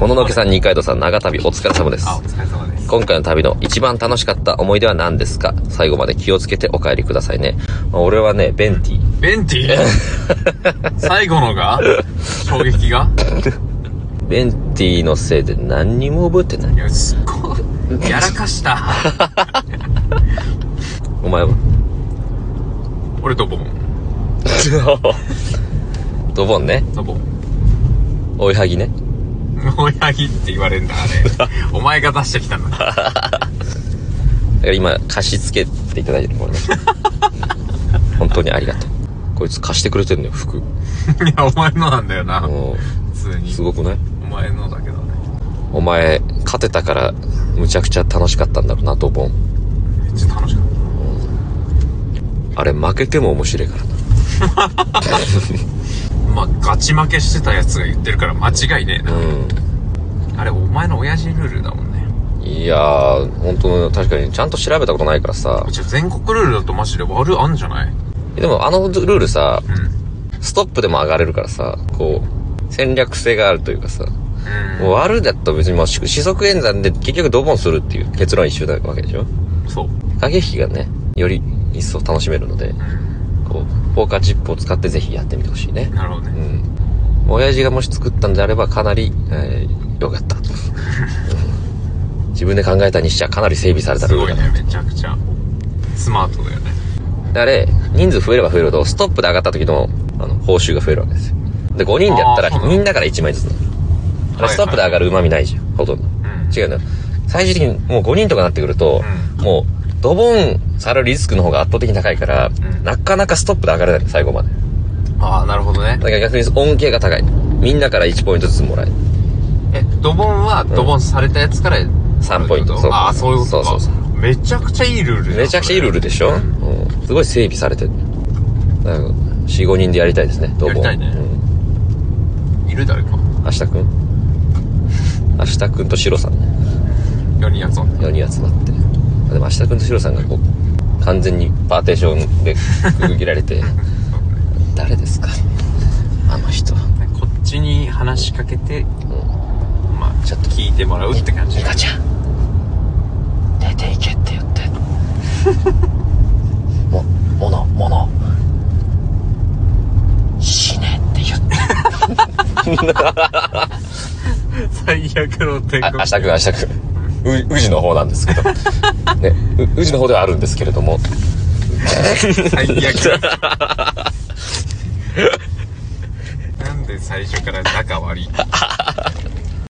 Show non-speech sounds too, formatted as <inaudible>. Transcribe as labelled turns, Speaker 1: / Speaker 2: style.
Speaker 1: もののけさん、二階堂さん、長旅お疲れ様です。
Speaker 2: あ、お疲れ様です。
Speaker 1: 今回の旅の一番楽しかった思い出は何ですか最後まで気をつけてお帰りくださいね。まあ俺はね、ベンティ。
Speaker 2: ベン <laughs> ティ最後のが衝撃が
Speaker 1: ベンティのせいで何にも覚えてない
Speaker 2: い。や、すっごい。やらかした。
Speaker 1: お前は
Speaker 2: 俺ドボン。
Speaker 1: ドボンね。
Speaker 2: ドボン。
Speaker 1: 追いはぎね。
Speaker 2: 親木って言われんだ、あ <laughs> れ。お前が出してきたん <laughs> だ。
Speaker 1: だから今、貸し付けていただいてるこれね。本当にありがとう。こいつ貸してくれてんのよ、服。
Speaker 2: いや、お前のなんだよな。
Speaker 1: も
Speaker 2: 普通
Speaker 1: う、
Speaker 2: に。
Speaker 1: すごくない
Speaker 2: お前のだけどね。
Speaker 1: お前、勝てたから、むちゃくちゃ楽しかったんだろうな、ドボン。
Speaker 2: めっちゃ楽しかっ
Speaker 1: あれ、負けても面白いからな。
Speaker 2: た。まあ、ガチ負けしてたやつが言ってるから間違いねえな。あれ、お前の親父ルールだもんね。
Speaker 1: うん。いやー、本当確かに、ちゃんと調べたことないからさ。
Speaker 2: うち全国ルールだとマジで悪あんじゃない
Speaker 1: でも、あのルールさ、
Speaker 2: うん。
Speaker 1: ストップでも上がれるからさ、こう、戦略性があるというかさ。もう悪だと別にもう、し四則演算で結局ドボンするっていう結論は一緒なわけでしょ
Speaker 2: うん。そう。
Speaker 1: 駆け引きがね、より一層楽しめるので、
Speaker 2: うん。
Speaker 1: こう、ポーカーチップを使ってぜひやってみてほしいね。
Speaker 2: なるほど
Speaker 1: う
Speaker 2: ね。
Speaker 1: ん。親父がもし作ったんであればかなり、えー、良かった。うん自分で考えたにしちゃかなり整備された
Speaker 2: すごい
Speaker 1: だ
Speaker 2: ね、めちゃくちゃ。スマートだよね。
Speaker 1: あれ、人数増えれば増えるほど、ストップで上がった時の、あの、報酬が増えるわけですよ。で、5人でやった
Speaker 2: あーそう
Speaker 1: ら、
Speaker 2: なの
Speaker 1: みんなから1枚ずつなのあ
Speaker 2: はいは
Speaker 1: れ
Speaker 2: い
Speaker 1: ストップで上がる旨味ないじゃん、ほとんど。
Speaker 2: うん
Speaker 1: 違うのよ。最終的にもう5人とかなってくると、
Speaker 2: う
Speaker 1: もう、ドボンされるリスクの方が圧倒的に高いから、
Speaker 2: うん
Speaker 1: なかなかストップで上がれないの最後まで。
Speaker 2: ああ、なるほどね
Speaker 1: だ。から逆に恩恵が高い。みんなから1ポイントずつもらえる。
Speaker 2: え、ドボンは、ドボンされたやつから、
Speaker 1: 3ポイントそう
Speaker 2: ああ、そういうことか。
Speaker 1: そうそう
Speaker 2: めちゃくちゃいいルール
Speaker 1: めちゃくちゃいいルールでしょ、うん、すごい整備されてる。だから、4、5人でやりたいですね、ドボン。
Speaker 2: やりたいね
Speaker 1: うん。
Speaker 2: ル。いる誰か。
Speaker 1: 明日くん明日くんとシロさんね。
Speaker 2: 4人やつは。
Speaker 1: 4人集まって。でも明日くんとシロさんがこう、完全にパーテーションで区切られて、誰ですかあの人。
Speaker 2: こっちに話しかけて、
Speaker 1: うん。
Speaker 2: まあ、ちょっと聞いてもらうって感じ。
Speaker 1: リカちゃん、出ていけって言
Speaker 2: <laughs>
Speaker 1: って。も、もの、もの。死ねって言って。
Speaker 2: <laughs> 最悪の天
Speaker 1: あ、
Speaker 2: 国。
Speaker 1: 明日くん、明日くん。う、宇治の方なんですけど。ね、う宇治の方ではあるんですけれども。
Speaker 2: 最悪。なんで最初から仲悪い